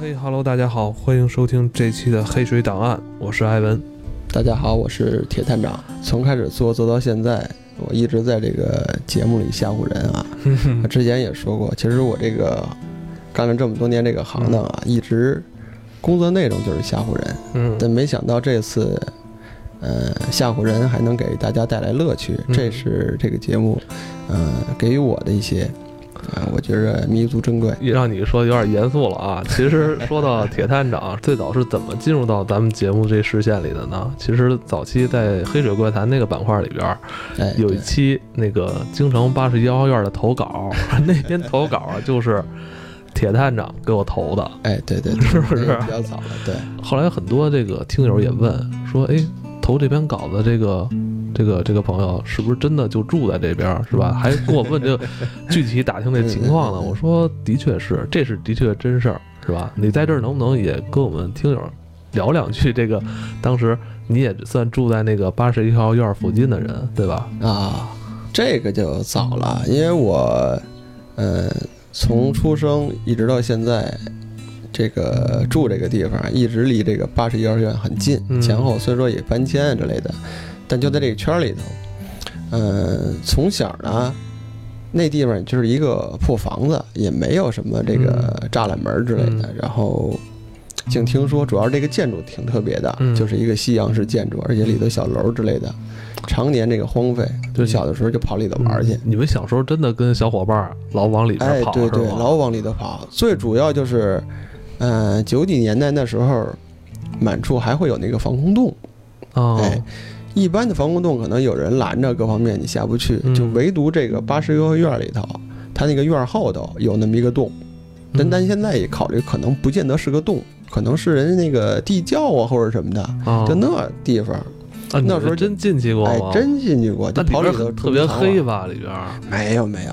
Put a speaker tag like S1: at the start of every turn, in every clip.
S1: 嘿哈喽，大家好，欢迎收听这期的《黑水档案》，我是艾 文。
S2: 大家好，我是铁探长。从开始做做到现在，我一直在这个节目里吓唬人啊。我之前也说过，其实我这个干了这么多年这个行当啊，一直工作内容就是吓唬人，
S1: 嗯，
S2: 但没想到这次，呃，吓唬人还能给大家带来乐趣，
S1: 嗯
S2: 这是这个节目，呃，给予我的一些，啊、我觉着弥足珍贵。
S1: 也让你说有点严肃了 啊。其实说到铁探长， 最早是怎么进入到咱们节目这视线里的呢？其实早期在《黑水怪谈》那个板块里边儿，
S2: 哎，
S1: 有一
S2: 对
S1: 期那个京城八十一号院的投 稿，那篇投稿啊就是铁探长给我投的。嗯
S2: 哎，对对对，
S1: 是不是
S2: 那个比较早了？对，
S1: 后来很多这个听友也问说，哎，投这篇稿子这个这个这个朋友是不是真的就住在这边儿，是吧？还跟我问这个具体打听这情况呢。
S2: 嗯嗯嗯
S1: 我说的确是，这是的确真事儿，是吧？你在这儿能不能也跟我们听友聊两句？这个当时你也算住在那个八十一号院儿附近的人，对吧？
S2: 啊，这个就早了，因为我，呃，从出生一直到现在，这个住这个地方一直离这个八十幼儿园很近，
S1: 嗯
S2: 前后虽说也搬迁啊之类的，但就在这个圈儿里头。呃，从小呢，那地方就是一个破房子，也没有什么这个
S1: 嗯
S2: 栅栏门之类的，然后。净听说，主要是这个建筑挺特别的，
S1: 嗯
S2: 就是一个西洋式建筑，而且里头小楼之类的，常年这个荒废，
S1: 对嗯
S2: 就小的时候就跑里头玩去。
S1: 你们小时候真的跟小伙伴儿老往里边
S2: 哎
S1: 跑，，
S2: 对对，
S1: 是吗？
S2: 老往里头跑。最主要就是，呃，九几年代那时候，满处还会有那个防空洞。
S1: 哦，
S2: 哎，一般的防空洞可能有人拦着，各方面你下不去，
S1: 嗯
S2: 就唯独这个八十幼儿园里头，它那个院儿后头有那么一个洞。但但现在也考虑，可能不见得是个洞，可能是人家那个地窖啊或者什么的，
S1: 哦
S2: 就那地方。
S1: 啊你
S2: 那时候
S1: 们真进去过
S2: 哎
S1: 吗？，
S2: 真进去过，
S1: 那
S2: 就
S1: 里
S2: 跑
S1: 边
S2: 里
S1: 儿
S2: 头啊
S1: 很特别
S2: 出不
S1: 黑
S2: 长
S1: 吧？里边儿
S2: 啊。没有没有，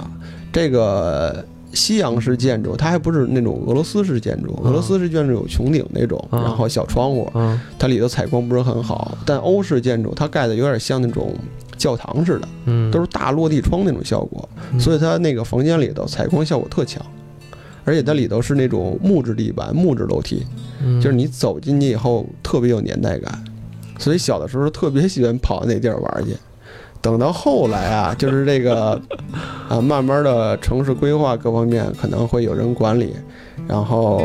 S2: 这个西洋式建筑，它还不是那种俄罗斯式建筑，俄罗斯式建筑有穹顶那种，
S1: 啊
S2: 然后小窗户，
S1: 嗯，
S2: 它里头采光不是很好。但欧式建筑它盖的有点像那种教堂似的，
S1: 嗯，
S2: 都是大落地窗那种效果，所以它那个房间里头采光效果特强。而且它里头是那种木质地板、木质楼梯，
S1: 嗯
S2: 就是你走进去以后特别有年代感，所以小的时候特别喜欢跑那地儿玩去。等到后来啊，就是这个啊，慢慢的城市规划各方面可能会有人管理，然后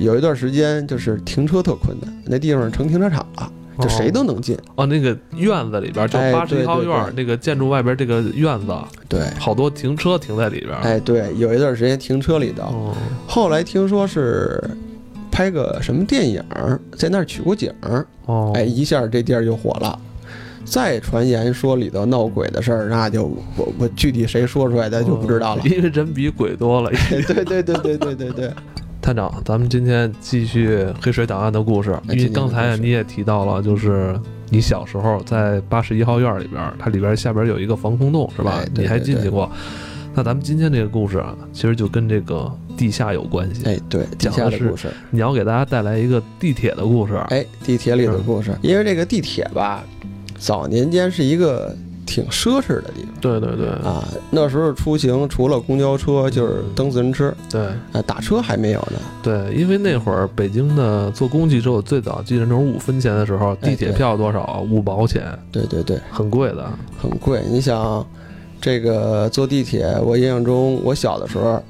S2: 有一段时间就是停车特困难，那地方成停车场了，就谁都能进。
S1: 哦，那个院子里边儿，就
S2: 哎
S1: 八十一
S2: 对
S1: 号
S2: 对
S1: 院儿
S2: 对
S1: 那个建筑外边儿这个院子，
S2: 对，
S1: 好多停车停在里边儿。
S2: 哎对，有一段时间停车里头。
S1: 哦，
S2: 后来听说是拍个什么电影儿，在那儿取过景儿，
S1: 哦，
S2: 哎，一下这地儿就火了。再传言说里头闹鬼的事儿，那就我我具体谁说出来的就不知道了
S1: 哦。因为人比鬼多了。
S2: 对对对对对对对，
S1: 探长，咱们今天继续黑水档案的故事，
S2: 哎
S1: 因为
S2: 今天的
S1: 刚才
S2: 故事
S1: 你也提到了，就是你小时候在八十一号院里边儿，它里边儿下边儿有一个防空洞，是吧
S2: 哎？对
S1: 你还
S2: 对
S1: 进去
S2: 对
S1: 过。那咱们今天这个故事啊，其实就跟这个地下有关系。
S2: 哎对，地
S1: 讲
S2: 下
S1: 的
S2: 的
S1: 是
S2: 故事，
S1: 你要给大家带来一个地铁的故事。啊
S2: 哎，地铁里的故事。因为这个地铁吧，早年间是一个挺奢侈的地方
S1: 对对对，
S2: 啊。那时候出行除了公交车就是蹬自行车，
S1: 对
S2: 啊，打车还没有呢。
S1: 对，因为那会儿北京的坐公汽车，我最早记得那种五分钱的时候，
S2: 哎
S1: 地铁
S2: 对
S1: 票多少？五毛钱，
S2: 对对对，
S1: 很贵的。
S2: 很贵。你想，这个坐地铁，我印象中我小的时候，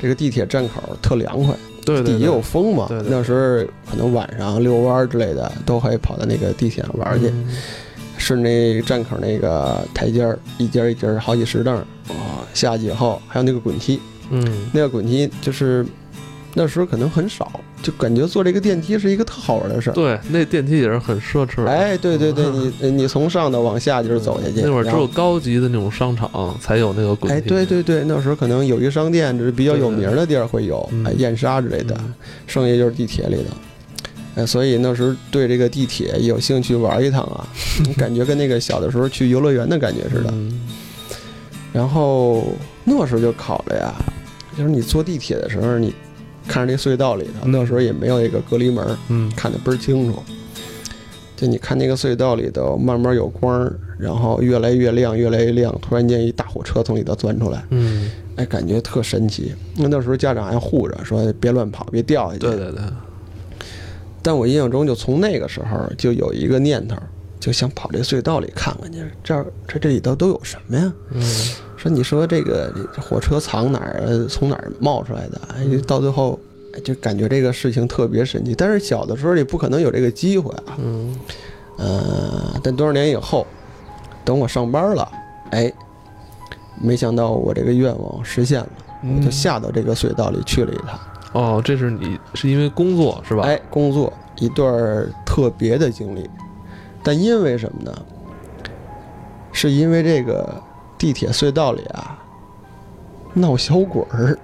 S2: 这个地铁站口特凉快。
S1: 对对
S2: 底
S1: 对，
S2: 有风嘛，
S1: 对对对
S2: 那时候可能晚上遛弯儿之类的，都会跑到那个地铁上玩儿去，
S1: 嗯
S2: 顺那站口那个台阶儿，一阶儿一阶儿好几十凳儿，哦，下去以后还有那个滚梯，
S1: 嗯，
S2: 那个滚梯就是那时候可能很少，就感觉坐这个电梯是一个特好玩的事儿。
S1: 对，那电梯也是很奢侈的。啊
S2: 哎，对对对，你你从上头往下就是走下去，
S1: 那会儿只
S2: 然
S1: 有
S2: 后
S1: 高级的那种商场才有那个滚梯。
S2: 哎，对对对，那时候可能有一商店，就是比较有名儿的地儿会有
S1: 对对，
S2: 哎，燕莎之类的。
S1: 嗯
S2: 剩下就是地铁里的。哎，所以那时候对这个地铁有兴趣玩一 趟啊，感觉跟那个小的时候去游乐园的感觉似的。
S1: 嗯
S2: 然后那时候就考了呀，就是你坐地铁的时候，你看着那隧道里头，
S1: 嗯
S2: 那时候也没有那个隔离门，
S1: 嗯
S2: 看得倍儿清楚。就你看那个隧道里头慢慢有光儿，然后越来越亮，越来越亮，突然间一大火车从里头钻出来，
S1: 嗯，
S2: 哎，感觉特神奇。那那时候家长还护着，说别乱跑，别掉下去。
S1: 对对对，
S2: 但我印象中，就从那个时候就有一个念头，就想跑这隧道里看看去，这儿这这里头都有什么呀？
S1: 嗯，
S2: 说你说这个火车藏哪儿，呃从哪儿冒出来的？哎，到最后哎就感觉这个事情特别神奇。但是小的时候也不可能有这个机会啊。
S1: 嗯，
S2: 呃，但多少年以后，等我上班了，哎，没想到我这个愿望实现了，我
S1: 嗯
S2: 就下到这个隧道里去了一趟。
S1: 哦，这是你是因为工作是吧？
S2: 哎，工作一段儿特别的经历，但因为什么呢？是因为这个地铁隧道里啊闹小鬼儿，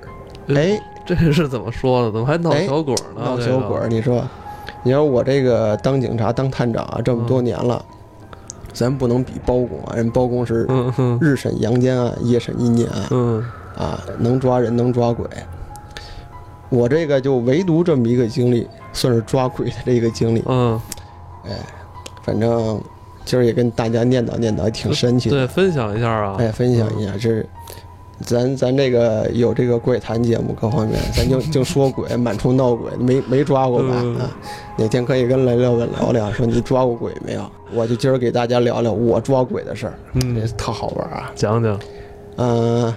S1: 嗯
S2: 哎，
S1: 这是怎么说的？怎么还闹
S2: 哎
S1: 小鬼儿呢？
S2: 闹
S1: 这
S2: 小
S1: 个
S2: 鬼儿，你说，你说我这个当警察当探长啊这么多年了，咱不能比包公啊，人包公是
S1: 嗯哼，
S2: 日审阳间案，夜审阴间案
S1: 嗯，
S2: 啊，能抓人能抓鬼。我这个就唯独这么一个经历，算是抓鬼的这个经历。
S1: 嗯，
S2: 反正今儿也跟大家念叨念叨，也挺神奇的。
S1: 对，分享一下啊，
S2: 哎，分享一下，这是咱咱这个有这个怪谈节目各方面，咱 就就说鬼，满处闹鬼，没没抓过吧？
S1: 嗯
S2: 啊，哪天可以跟雷聊聊聊，说你抓过鬼没有？我就今儿给大家聊聊我抓鬼的事儿，这
S1: 嗯，
S2: 特好玩啊。
S1: 讲讲，
S2: 嗯、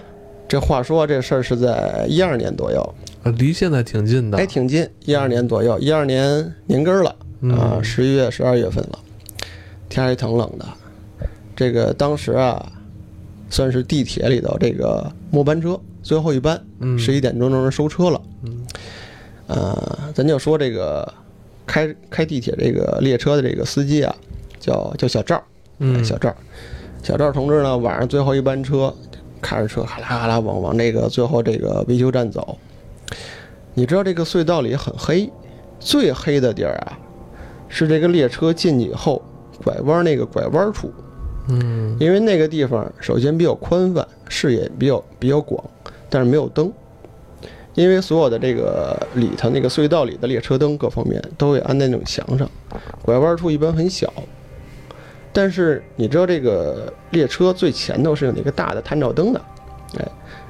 S2: 这话说这事儿是在一二年左右，
S1: 啊离现在挺近的，
S2: 哎，挺近，一二年左右，一二年年根儿了。啊，
S1: 嗯，
S2: 十一月、十二月份了，天还挺冷的。这个当时啊，算是地铁里头这个末班车最后一班，
S1: 嗯，
S2: 十一点钟钟收车了。
S1: 嗯，
S2: 呃，咱就说这个开开地铁这个列车的这个司机啊，叫叫小赵，哎
S1: 嗯，
S2: 小赵，小赵同志呢，晚上最后一班车，开着车哈啦哈啦往往这个最后这个维修站走。你知道这个隧道里很黑，最黑的地儿啊，是这个列车进去以后拐弯那个拐弯处，
S1: 嗯，
S2: 因为那个地方首先比较宽泛，视野比较比较广，但是没有灯，因为所有的这个里头那个隧道里的列车灯各方面都会安在那种墙上，拐弯处一般很小。但是你知道这个列车最前头是有那个大的探照灯的，哎，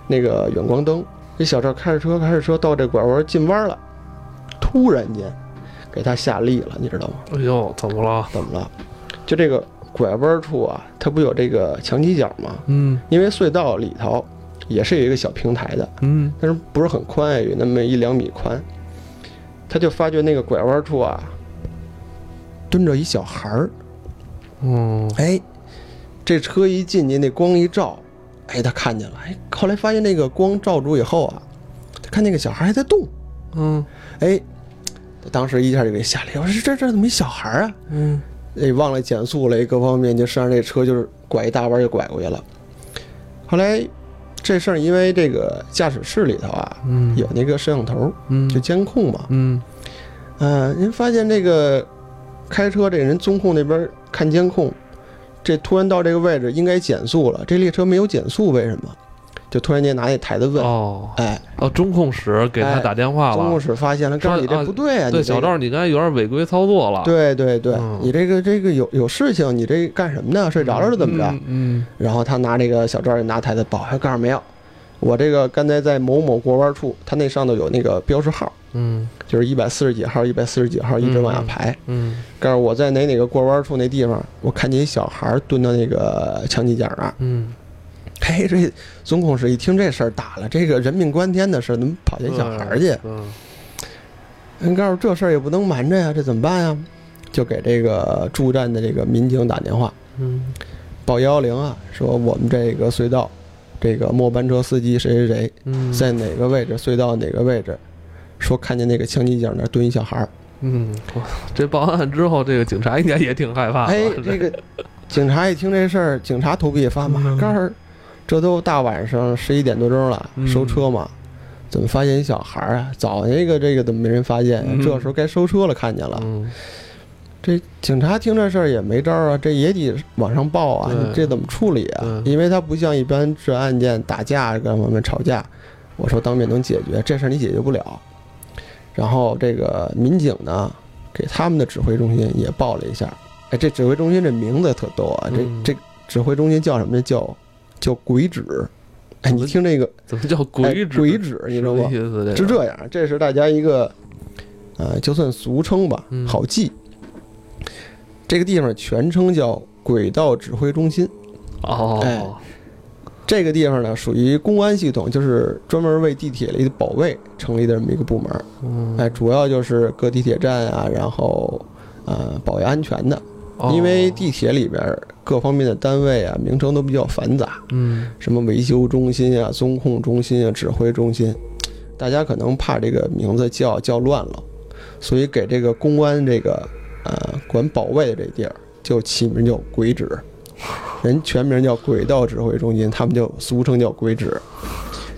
S2: 那个远光灯。这小赵开着车开着车到这拐弯进弯了，突然间给他吓力了，你知道吗？
S1: 哎呦，怎么了？
S2: 怎么了？就这个拐弯处啊，它不有这个墙犄角吗？
S1: 嗯
S2: 因为隧道里头也是有一个小平台的，
S1: 嗯，
S2: 但是不是很宽哎，有那么一两米宽。他就发觉那个拐弯处啊，蹲着一小孩儿，
S1: 哦，
S2: 哎，这车一进去，那光一照，哎，他看见了，哎，后来发现那个光照住以后啊，他看那个小孩还在动，
S1: 嗯
S2: 哎，他当时一下就给吓了一跳，我说这这怎么一小孩儿啊？
S1: 嗯，
S2: 那忘了减速了，各方面就上这车就是拐一大弯就拐过去了。后来这事儿因为这个驾驶室里头啊
S1: 嗯，
S2: 有那个摄像头，
S1: 嗯，
S2: 就监控嘛，
S1: 嗯
S2: 嗯、您发现这个开车这人中控那边看监控，这突然到这个位置应该减速了，这列车没有减速，为什么？就突然间拿那台子问，
S1: 哦
S2: 哎，
S1: 哦，中控室给他
S2: 哎
S1: 打电话
S2: 中控
S1: 了，
S2: 室发现了，告诉你
S1: 说
S2: 这
S1: 啊
S2: 不对啊，你
S1: 对，
S2: 这
S1: 小
S2: 个
S1: 赵，你刚才有点违规操作了，
S2: 对对对，
S1: 嗯
S2: 你这个这个有有事情，你这干什么呢？睡
S1: 嗯，
S2: 着了是怎么着？
S1: 嗯？嗯，
S2: 然后他拿这个小赵也拿台子报，他告诉没有，我这个刚才在某某过弯处，他那上头有那个标识号，
S1: 嗯
S2: 就是一百四十几号、一百四十几号，一直往下排。
S1: 嗯
S2: 告诉我在哪哪个过弯处那地方，我看见一小孩蹲到那个墙犄角那儿。
S1: 嗯，
S2: 嘿，这总控室一听这事儿大了，这个人命关天的事儿，怎么跑见小孩儿去？
S1: 嗯
S2: 人告诉这事儿也不能瞒着呀，这怎么办呀？就给这个驻站的这个民警打电话，
S1: 嗯
S2: 报幺幺零啊，说我们这个隧道，这个末班车司机谁谁谁
S1: 嗯，
S2: 在哪个位置，隧道哪个位置，说看见那个枪击角那儿蹲一小孩儿。
S1: 嗯，我操这报案之后，这个警察应该也挺害怕的，
S2: 哎，这个警察一听这事儿，警察头皮也发麻
S1: 嗯，
S2: 告诉这都大晚上十一点多钟了，
S1: 嗯
S2: 收车嘛，怎么发现一小孩儿啊？早那个这个怎么没人发现呀、
S1: 嗯
S2: 这时候该收车了，看见了。
S1: 嗯，
S2: 这警察听这事儿也没招儿啊，这也得往上报啊，
S1: 对
S2: 你这怎么处理啊？
S1: 对
S2: 因为他不像一般治安案件打架跟我们吵架，我说当面能解决，这事儿你解决不了。然后这个民警呢，给他们的指挥中心也报了一下。哎，这指挥中心这名字特逗啊，
S1: 嗯
S2: 这这指挥中心叫什么呢？叫叫鬼指，哎，你听这个
S1: 怎么叫
S2: 哎
S1: 鬼指？
S2: 鬼指，你
S1: 什
S2: 知道
S1: 么
S2: 吗
S1: 意？思？这
S2: 是
S1: 个
S2: 这样，这是大家一个，呃，就算俗称吧
S1: 嗯，
S2: 好记。这个地方全称叫轨道指挥中心。哎
S1: 哦，
S2: 这个地方呢，属于公安系统，就是专门为地铁里的保卫成立的这么一个部门。
S1: 嗯
S2: 哎，主要就是各地铁站啊，然后呃，保卫安全的。
S1: 哦
S2: 因为地铁里边各方面的单位啊，名称都比较繁杂。
S1: 嗯
S2: 什么维修中心啊、综控中心啊、指挥中心，大家可能怕这个名字叫叫乱了，所以给这个公安这个呃管保卫的这地儿就起名叫鬼指，人全名叫轨道指挥中心，他们就俗称叫鬼指。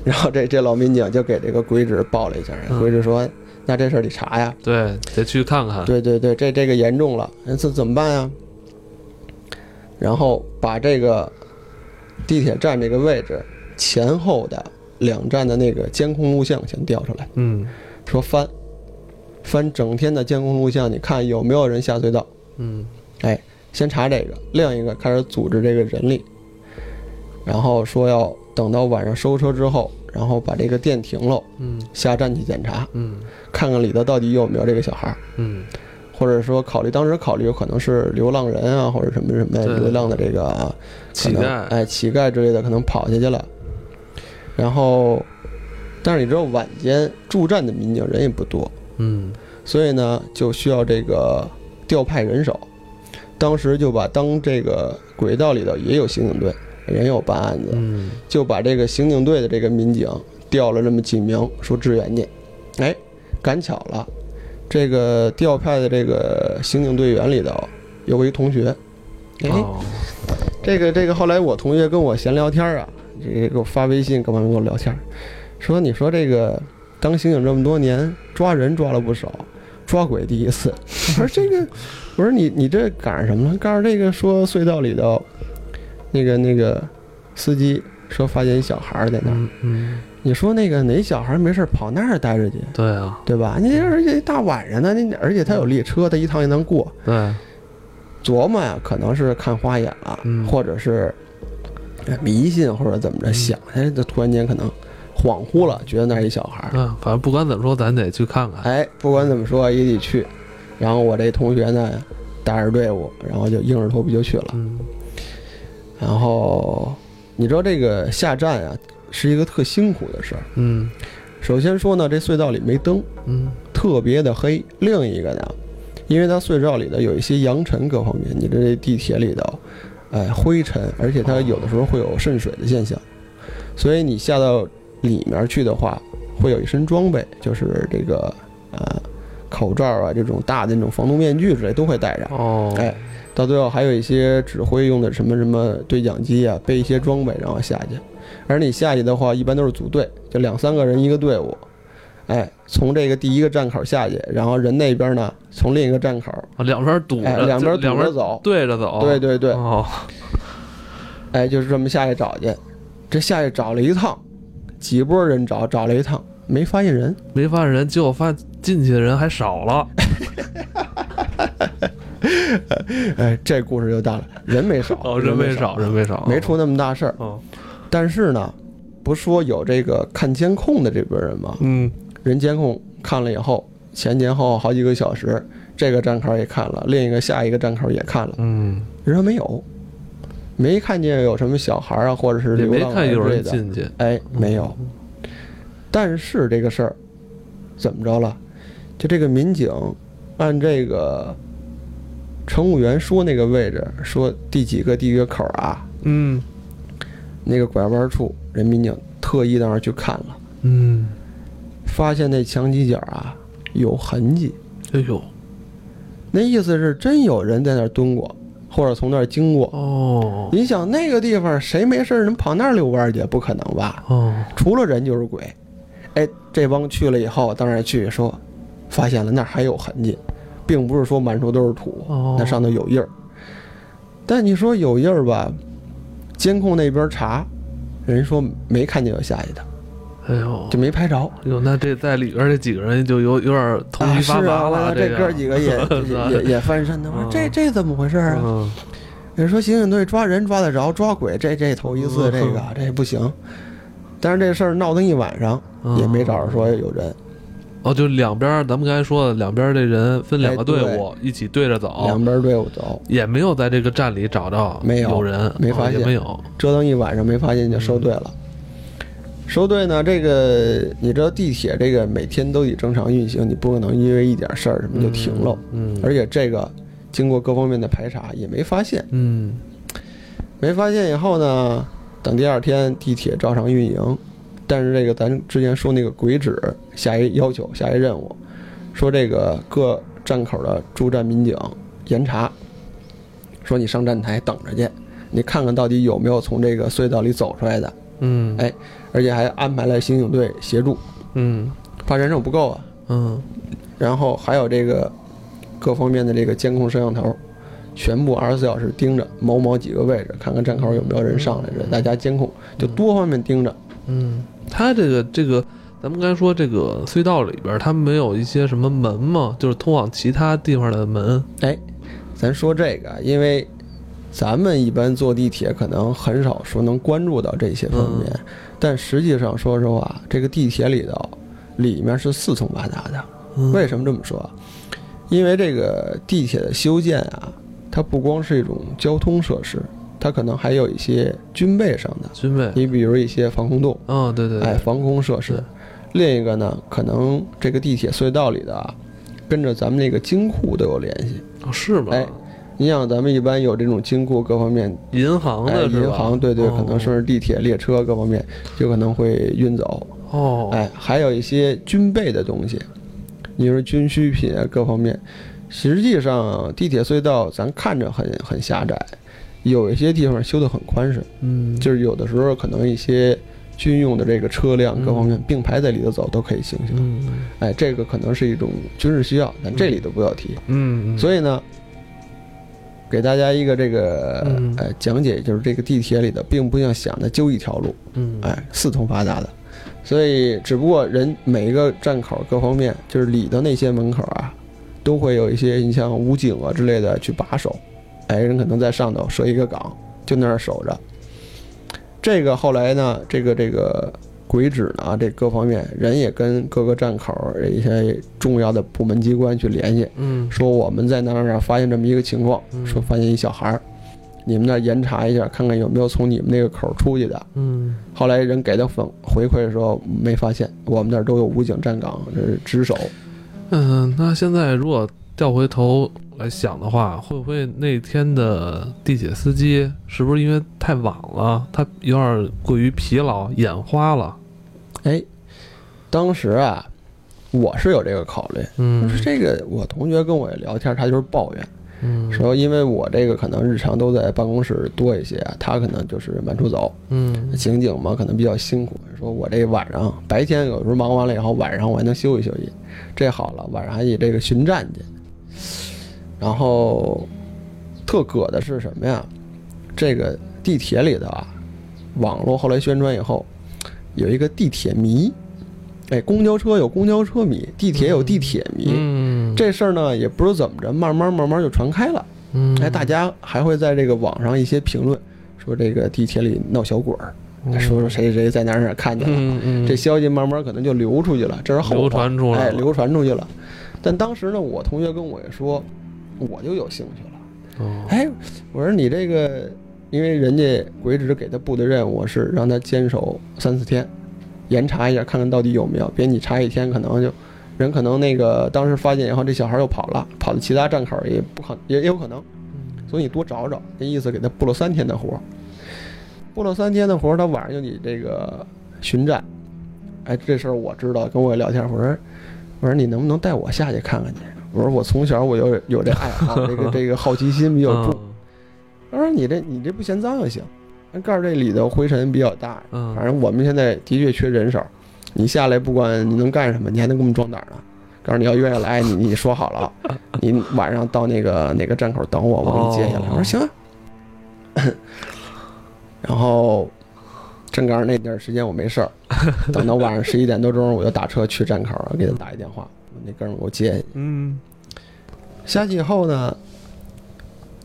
S2: 然后这这老民警就给这个鬼指报了一下，
S1: 嗯
S2: 鬼指说：“那这事儿得查呀，
S1: 对，得去看看。
S2: 对对对，这这个严重了，那这怎么办呀？然后把这个地铁站这个位置前后的两站的那个监控录像先调出来，
S1: 嗯
S2: 说翻翻整天的监控录像，你看有没有人下隧道？
S1: 嗯
S2: 哎，先查这个，另一个开始组织这个人力，然后说要等到晚上收车之后，然后把这个店停了，
S1: 嗯
S2: 下站去检查，
S1: 嗯
S2: 看看里头到底有没有这个小孩儿。
S1: 嗯，
S2: 或者说考虑当时考虑有可能是流浪人啊，或者什么什么
S1: 对
S2: 流浪的这个啊可
S1: 乞
S2: 能
S1: 丐。
S2: 哎乞丐之类的，可能跑下去了。然后，但是你知道晚间驻站的民警人也不多，
S1: 嗯
S2: 所以呢就需要这个调派人手。当时就把当这个轨道里头也有刑警队，人有办案子，
S1: 嗯
S2: 就把这个刑警队的这个民警调了这么几名，说支援去。哎，赶巧了，这个调派的这个刑警队员里头有我一同学，哎，
S1: 哦
S2: 这个这个后来我同学跟我闲聊天啊，这给我发微信干嘛跟我聊天儿，说你说这个当刑警这么多年，抓人抓了不少，抓鬼第一次。我说这个，我说你你这赶上什么了？告诉这个说隧道里头，那个那个司机说发现一小孩儿在那儿，
S1: 嗯嗯，
S2: 你说那个哪小孩儿没事儿跑那儿待着去，
S1: 对啊
S2: 对吧？你而且大晚上的，你而且他有列车，他一趟一趟过，
S1: 对，
S2: 琢磨呀，可能是看花眼了，
S1: 嗯
S2: 或者是呃迷信或者怎么着
S1: 嗯
S2: 想，哎，这突然间可能恍惚了，觉得那是一小孩儿，
S1: 嗯，反正不管怎么说，咱得去看看。
S2: 哎，不管怎么说也得去。然后我这同学呢，带着队伍，然后就硬着头皮就去了。
S1: 嗯
S2: 然后你知道这个下站啊，是一个特辛苦的事儿。
S1: 嗯
S2: 首先说呢，这隧道里没灯，
S1: 嗯
S2: 特别的黑。另一个呢，因为它隧道里头有一些扬尘各方面，你这地铁里头，哎，灰尘，而且它有的时候会有渗水的现象，所以你下到里面去的话，会有一身装备，就是这个呃口罩啊，这种大的那种防毒面具之类都会带上。
S1: 哦
S2: 哎，到最后还有一些指挥用的什么什么对讲机啊，备一些装备，然后下去。而你下去的话，一般都是组队，就两三个人一个队伍。哎，从这个第一个站口下去，然后人那边呢，从另一个站口，
S1: 啊两边堵
S2: 哎，
S1: 着，
S2: 两边
S1: 就两
S2: 堵着
S1: 边
S2: 走。
S1: 对着走。
S2: 对对对，
S1: 哦，
S2: 哎，就是这么下去找去。这下去找了一趟，几波人找，找了一趟没发现人。
S1: 没发现人，结果发现进去的人还少了。
S2: 哎，这故事就大了，人没少，
S1: 哦，人没少，人没少，
S2: 没出那么大事儿。
S1: 哦。
S2: 但是呢，不是说有这个看监控的这波人吗？
S1: 嗯
S2: 人监控看了以后，前前后后好几个小时，这个站口也看了，另一个下一个站口也看了，
S1: 嗯，
S2: 人说没有，没看见有什么小孩啊，或者是
S1: 也
S2: 流
S1: 没
S2: 浪
S1: 看
S2: 人
S1: 有
S2: 之类
S1: 人
S2: 的，
S1: 进去。
S2: 哎，没有。但是这个事儿怎么着了？就这个民警按这个乘务员说那个位置，说第几个第几个口啊，
S1: 嗯
S2: 那个拐弯处，人民警特意到那儿去看了，
S1: 嗯，
S2: 发现那墙犄角啊有痕迹。
S1: 哎呦，
S2: 那意思是真有人在那儿蹲过，或者从那儿经过。
S1: 哦
S2: 你想那个地方谁没事儿能跑那儿遛弯儿去？不可能吧？
S1: 哦，
S2: 除了人就是鬼。哎，这帮去了以后，当然去说，发现了那儿还有痕迹，并不是说满处都是土
S1: 哦，
S2: 那上头有印儿。但你说有印儿吧，监控那边查，人说没看见有下去的，
S1: 哎呦，
S2: 就没拍着。
S1: 哟，那这在里边这几个人就有有点头
S2: 啊，
S1: 皮
S2: 是
S1: 发麻
S2: 啊，完
S1: 了。
S2: 了，这
S1: 个
S2: 哥几 个也也也也翻身呢。我说这
S1: 嗯
S2: 这怎么回事儿啊？
S1: 嗯
S2: 你说刑警队抓人抓得着，抓鬼这这头一次，
S1: 嗯
S2: 这个这不行。但是这事儿闹腾一晚上，嗯
S1: 嗯
S2: 也没找着说有人。
S1: 哦，就两边儿咱们刚才说的，两边儿这人分两个
S2: 哎对
S1: 队伍一起对着走，
S2: 两边队伍走，
S1: 也没有在这个站里找到
S2: 没有
S1: 人，
S2: 没发
S1: 哦也
S2: 现
S1: 没有。
S2: 折腾一晚上没发现就收队
S1: 嗯
S2: 了。收队呢，这个你知道地铁这个每天都得正常运行，你不可能因为一点事儿什么就停了。
S1: 嗯
S2: 而且这个经过各方面的排查也没发现，
S1: 嗯
S2: 没发现以后呢，等第二天地铁照常运营，但是这个咱之前说那个鬼指下一要求下一任务，说这个各站口的驻站民警严查，说你上站台等着去，你看看到底有没有从这个隧道里走出来的，
S1: 嗯
S2: 哎而且还安排了刑警队协助，
S1: 嗯
S2: 怕人手不够啊，
S1: 嗯
S2: 然后还有这个各方面的这个监控摄像头，全部二十四小时盯着某某几个位置，看看站口有没有人上来，这大家监控就多方面盯着。
S1: 嗯，他这个这个，咱们刚才说这个隧道里边儿，它没有一些什么门吗？就是通往其他地方的门。
S2: 哎，咱说这个啊，因为咱们一般坐地铁可能很少说能关注到这些方面，但实际上说实话，这个地铁里头里面是四通八达的。
S1: 嗯
S2: 为什么这么说啊？因为这个地铁的修建啊，它不光是一种交通设施，它可能还有一些军备上的，
S1: 军备。
S2: 你比如一些防空洞，
S1: 哦，对对对，
S2: 哎，防空设
S1: 对
S2: 施。另一个呢，可能这个地铁隧道里的啊，跟着咱们那个金库都有联系。
S1: 哦是吗？
S2: 哎你想，咱们一般有这种金库，各方面，
S1: 银行
S2: 哎，
S1: 的是吧？
S2: 银行，对对，
S1: 哦
S2: 可能甚至地铁、列车各方面，有可能会运走。
S1: 哦，
S2: 哎，还有一些军备的东西，你说军需品啊，各方面。实际上，地铁隧道咱看着很很狭窄，有一些地方修得很宽敞，
S1: 嗯，
S2: 就是有的时候可能一些军用的这个车辆各方面并排在里头走都可以行行。
S1: 嗯
S2: 哎，这个可能是一种军事需要，咱这里头不要提。
S1: 嗯，以
S2: 所以呢，给大家一个这个
S1: 嗯
S2: 呃讲解，就是这个地铁里的并不像想的就一条路，
S1: 嗯
S2: 哎，四通八达的。所以，只不过人每一个站口各方面，就是里头那些门口啊，都会有一些你像武警啊之类的去把守，哎，人可能在上头设一个岗，就那儿守着。这个后来呢，这个这个鬼指呢啊，这各方面人也跟各个站口一些重要的部门机关去联系，
S1: 嗯
S2: 说我们在哪儿哪儿哪儿发现这么一个情况，
S1: 嗯
S2: 说发现一小孩儿，你们那儿严查一下，看看有没有从你们那个口儿出去的。
S1: 嗯
S2: 后来人给的反回馈说没发现，我们那儿都有武警站岗这是值守。
S1: 嗯，那现在如果调回头来想的话，会不会那天的地铁司机是不是因为太晚了，他有点过于疲劳，眼花了？
S2: 哎，当时啊，我是有这个考虑，
S1: 嗯
S2: 就是这个我同学跟我聊天，他就是抱怨
S1: 嗯
S2: 说，因为我这个可能日常都在办公室多一些，他可能就是满处走，
S1: 嗯
S2: 刑警嘛，可能比较辛苦。说我这晚上白天有时候忙完了以后，晚上我还能休息休息，这好了，晚上还得这个巡站去。然后特葛的是什么呀？这个地铁里头啊，网络后来宣传以后，有一个地铁迷，哎，公交车有公交车迷，地铁有地铁迷。
S1: 嗯
S2: 这事儿呢，也不知怎么着，慢慢慢慢就传开了。
S1: 嗯
S2: 哎，大家还会在这个网上一些评论说这个地铁里闹小鬼儿，说说谁谁谁在哪儿哪儿看见了，
S1: 嗯嗯
S2: 这消息慢慢可能就流出去了，这是后话
S1: 流传出来了
S2: 哎，流传出去了。但当时呢，我同学跟我也说，我就有兴趣了。
S1: 哦
S2: 哎，我说你这个，因为人家鬼指给他布的任务是让他坚守三四天，严查一下，看看到底有没有，别你查一天可能就。人可能那个当时发现以后，这小孩又跑了，跑到其他站口也不可也也有可能，所以你多找找，那意思给他布了三天的活儿，布了三天的活儿，他晚上就你这个巡站。哎，这事儿我知道，跟我聊天，我说，我说你能不能带我下去看看去？我说我从小我就有这爱好，这个这个好奇心比 较
S1: 嗯
S2: 重。他说你这你这不嫌脏就行，那告诉这里头灰尘比较大，
S1: 嗯
S2: 反正我们现在的确缺人手，你下来不管你能干什么，你还能给我们壮胆儿呢。告诉你要愿意来，你你说好了， 你晚上到那个哪个站口等我，我给你接下来。
S1: 哦
S2: 我说行、啊。 然后正赶上那段时间我没 事儿，等到晚上十一点多钟，我就打车去站口儿给他打一电话，那哥们儿给我接
S1: 嗯
S2: 下去以后呢，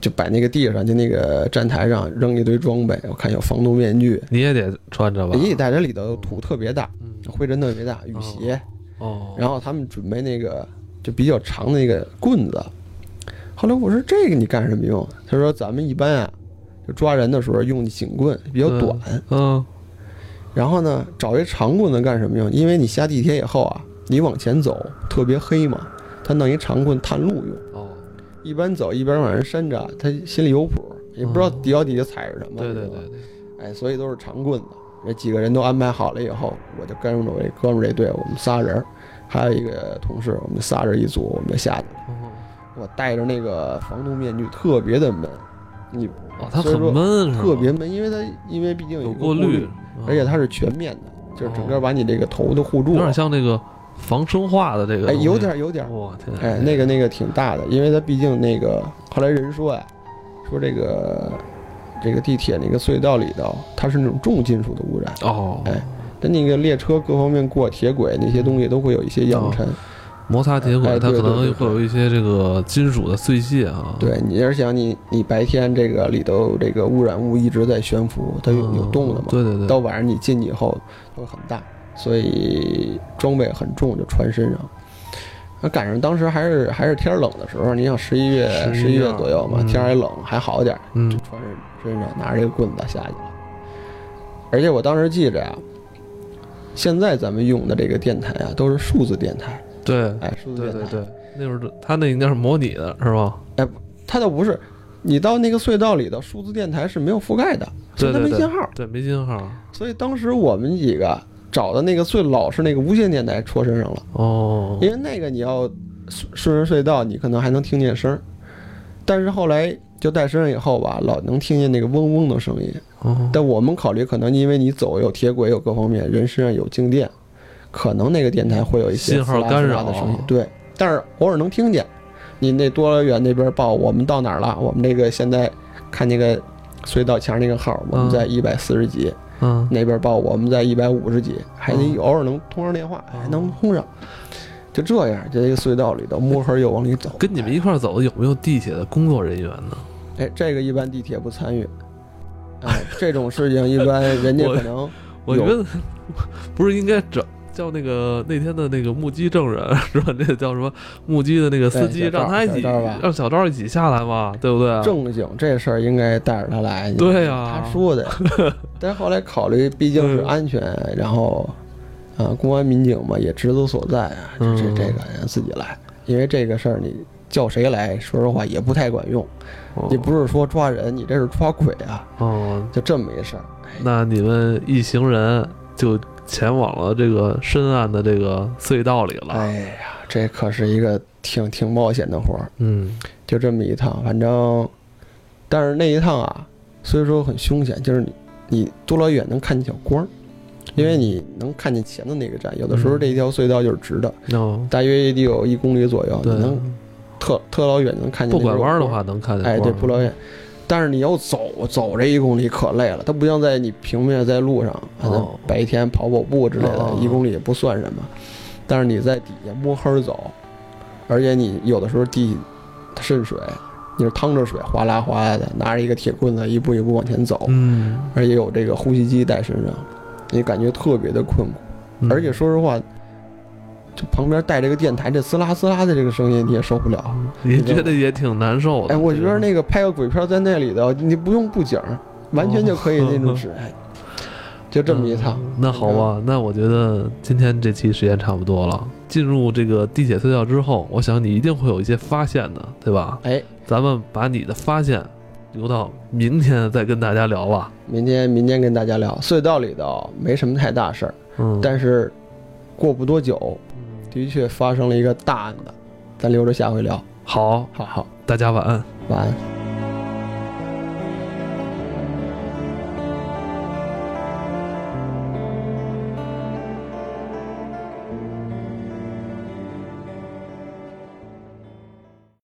S2: 就摆那个地上，就那个站台上扔一堆装备，我看有防毒面具，
S1: 你也得穿着吧？
S2: 也得带着里头土特别大，
S1: 嗯
S2: 灰尘特别大，雨鞋，
S1: 哦，
S2: 然后他们准备那个就比较长的那个棍子。后来我说这个你干什么用？啊他说咱们一般啊，就抓人的时候用警棍，比较短。
S1: 嗯
S2: 然后呢，找一长棍子干什么用？因为你下地铁以后啊，你往前走特别黑嘛，他弄一长棍探路用。
S1: 哦，
S2: 一边走一边往人伸着，他心里有谱，也不知道底脚底下踩着什么。
S1: 哦对对
S2: 是吧
S1: 对，对，
S2: 哎，所以都是长棍子。这几个人都安排好了以后，我就跟着我这哥们儿这队，我们仨人儿，还有一个同事，我们仨人一组，我们就下去了。
S1: 哦，
S2: 我戴着那个防毒面具，特别的闷，你
S1: 哦它
S2: 所以
S1: 很
S2: 说
S1: 闷，是吧
S2: 特别闷，因为它因为毕竟
S1: 有
S2: 个
S1: 过
S2: 嗯滤，哦
S1: 滤，
S2: 而且
S1: 它
S2: 它是全面的，就是整个把你这个头都护住
S1: 有
S2: 了
S1: 点，像那个防生化的这个
S2: 哎，
S1: 东西，
S2: 有点儿有点儿，
S1: 我天，
S2: 哎，那个那个挺大的，因为它毕竟那个后来人说呀，说这个这个地铁那个隧道里头，它是那种重金属的污染，
S1: 哦，
S2: 哎它那个列车各方面过铁轨那些东西都会有一些扬
S1: 哦
S2: 尘，
S1: 摩擦铁轨
S2: 哎
S1: 它
S2: 对
S1: 可
S2: 对
S1: 能
S2: 对
S1: 会有一些这个金属的碎屑啊，
S2: 对你要是想你你白天这个里头这个污染物一直在悬浮，它有
S1: 嗯
S2: 有动的嘛，
S1: 对对对，
S2: 到晚上你进去以后它会很大，所以装备很重就穿身上。那赶上当时还是还是天儿冷的时候，你想十一月
S1: 11
S2: 十一月左右嘛，
S1: 啊嗯
S2: 天儿还冷，还好点儿。就
S1: 嗯
S2: 穿着身上拿着这个棍子下去了。而且我当时记着呀、现在咱们用的这个电台啊，都是数字电台，
S1: 对
S2: 哎，数字
S1: 对
S2: 电台，
S1: 对对，那会儿它那应该是模拟的是吧？
S2: 它倒不是，你到那个隧道里头，数字电台是没有覆盖的，所
S1: 对
S2: 以它
S1: 对
S2: 没信
S1: 对，
S2: 号。
S1: 对没信号，
S2: 所以当时我们几个找的那个最老式那个无线电台戳身上了，
S1: 哦，
S2: 因为那个你要顺顺着隧道，你可能还能听见声儿，但是后来就带身上以后吧，老能听见那个嗡嗡的声音。
S1: 哦，
S2: 但我们考虑，可能因为你走有铁轨，有各方面，人身上有静电，可能那个电台会有一些
S1: 信号
S2: 滋啦滋
S1: 干
S2: 啦
S1: 扰啊
S2: 的声音。对，但是偶尔能听见。你那多远那边报我们到哪儿了？我们那个现在看那个隧道墙上那个号，我们在一百四十几，
S1: 嗯，
S2: 那边报我们在一百五十几，还能偶尔能通上电话，还
S1: 哦
S2: 能通上。就这样，就这个隧道里头摸黑儿又往里走。
S1: 跟你们一块儿走的有没有地铁的工作人员呢？
S2: 哎，这个一般地铁不参与。哎，这种事情一般人家
S1: 我
S2: 可能
S1: 我觉
S2: 有
S1: 得不是应该找叫那个那天的那个目击证人是吧？那个叫什么目击的那个司机，
S2: 对小赵
S1: 让他一起
S2: 小赵吧
S1: 让小赵一起下来嘛，对不对？
S2: 正经这事儿应该带着他来。
S1: 啊对啊呀
S2: 他说的。但是后来考虑，毕竟是安全，然后啊，公安民警嘛也职责所在啊，这这
S1: 嗯
S2: 这个人自己来，因为这个事儿你叫谁来说实话也不太管用。
S1: 哦
S2: 你不是说抓人，你这是抓鬼啊，
S1: 哦，
S2: 就这么一事儿。哎
S1: 那你们一行人就前往了这个深暗的这个隧道里了。
S2: 哎呀，这可是一个挺挺冒险的活儿，
S1: 嗯，
S2: 就这么一趟，反正，但是那一趟啊，虽说很凶险，就是你你多老远能看见小光儿，因为你能看见前的那个站，有的时候
S1: 嗯
S2: 这一条隧道就是直的，
S1: 哦，
S2: 大约也得有一公里左右，你
S1: 对，
S2: 能特特老远能看见。
S1: 不拐弯的，话能看见光。
S2: 哎，对，不老远。但是你要走走这一公里可累了，它不像在你平面在路上，可能
S1: 哦
S2: 白天跑跑步之类的
S1: 哦，
S2: 一公里也不算什么。但是你在底下摸黑儿走，而且你有的时候地渗水，你是趟着水哗啦哗啦的，拿着一个铁棍子一步一步往前走，
S1: 嗯，
S2: 而且有这个呼吸机带身上，你感觉特别的困苦。
S1: 嗯，
S2: 而且说实话，就旁边带这个电台这滋啦滋啦的这个声音你也受不了。
S1: 啊也觉得也挺难受的。
S2: 哎，我觉得
S1: 这
S2: 那个拍个鬼片在那里头，你不用布景儿，完全就可以那种是，哎就这么一趟。
S1: 哦嗯那好吧，那我觉得今天这期时间差不多了。进入这个地铁隧道之后，我想你一定会有一些发现的，对吧？
S2: 哎，
S1: 咱们把你的发现留到明天再跟大家聊吧。
S2: 明天明天跟大家聊隧道里头没什么太大事儿，
S1: 嗯，
S2: 但是过不多久，
S1: 嗯
S2: 的确发生了一个大案子，咱留着下回聊。
S1: 好，
S2: 好好，
S1: 大家晚安。
S2: 晚安。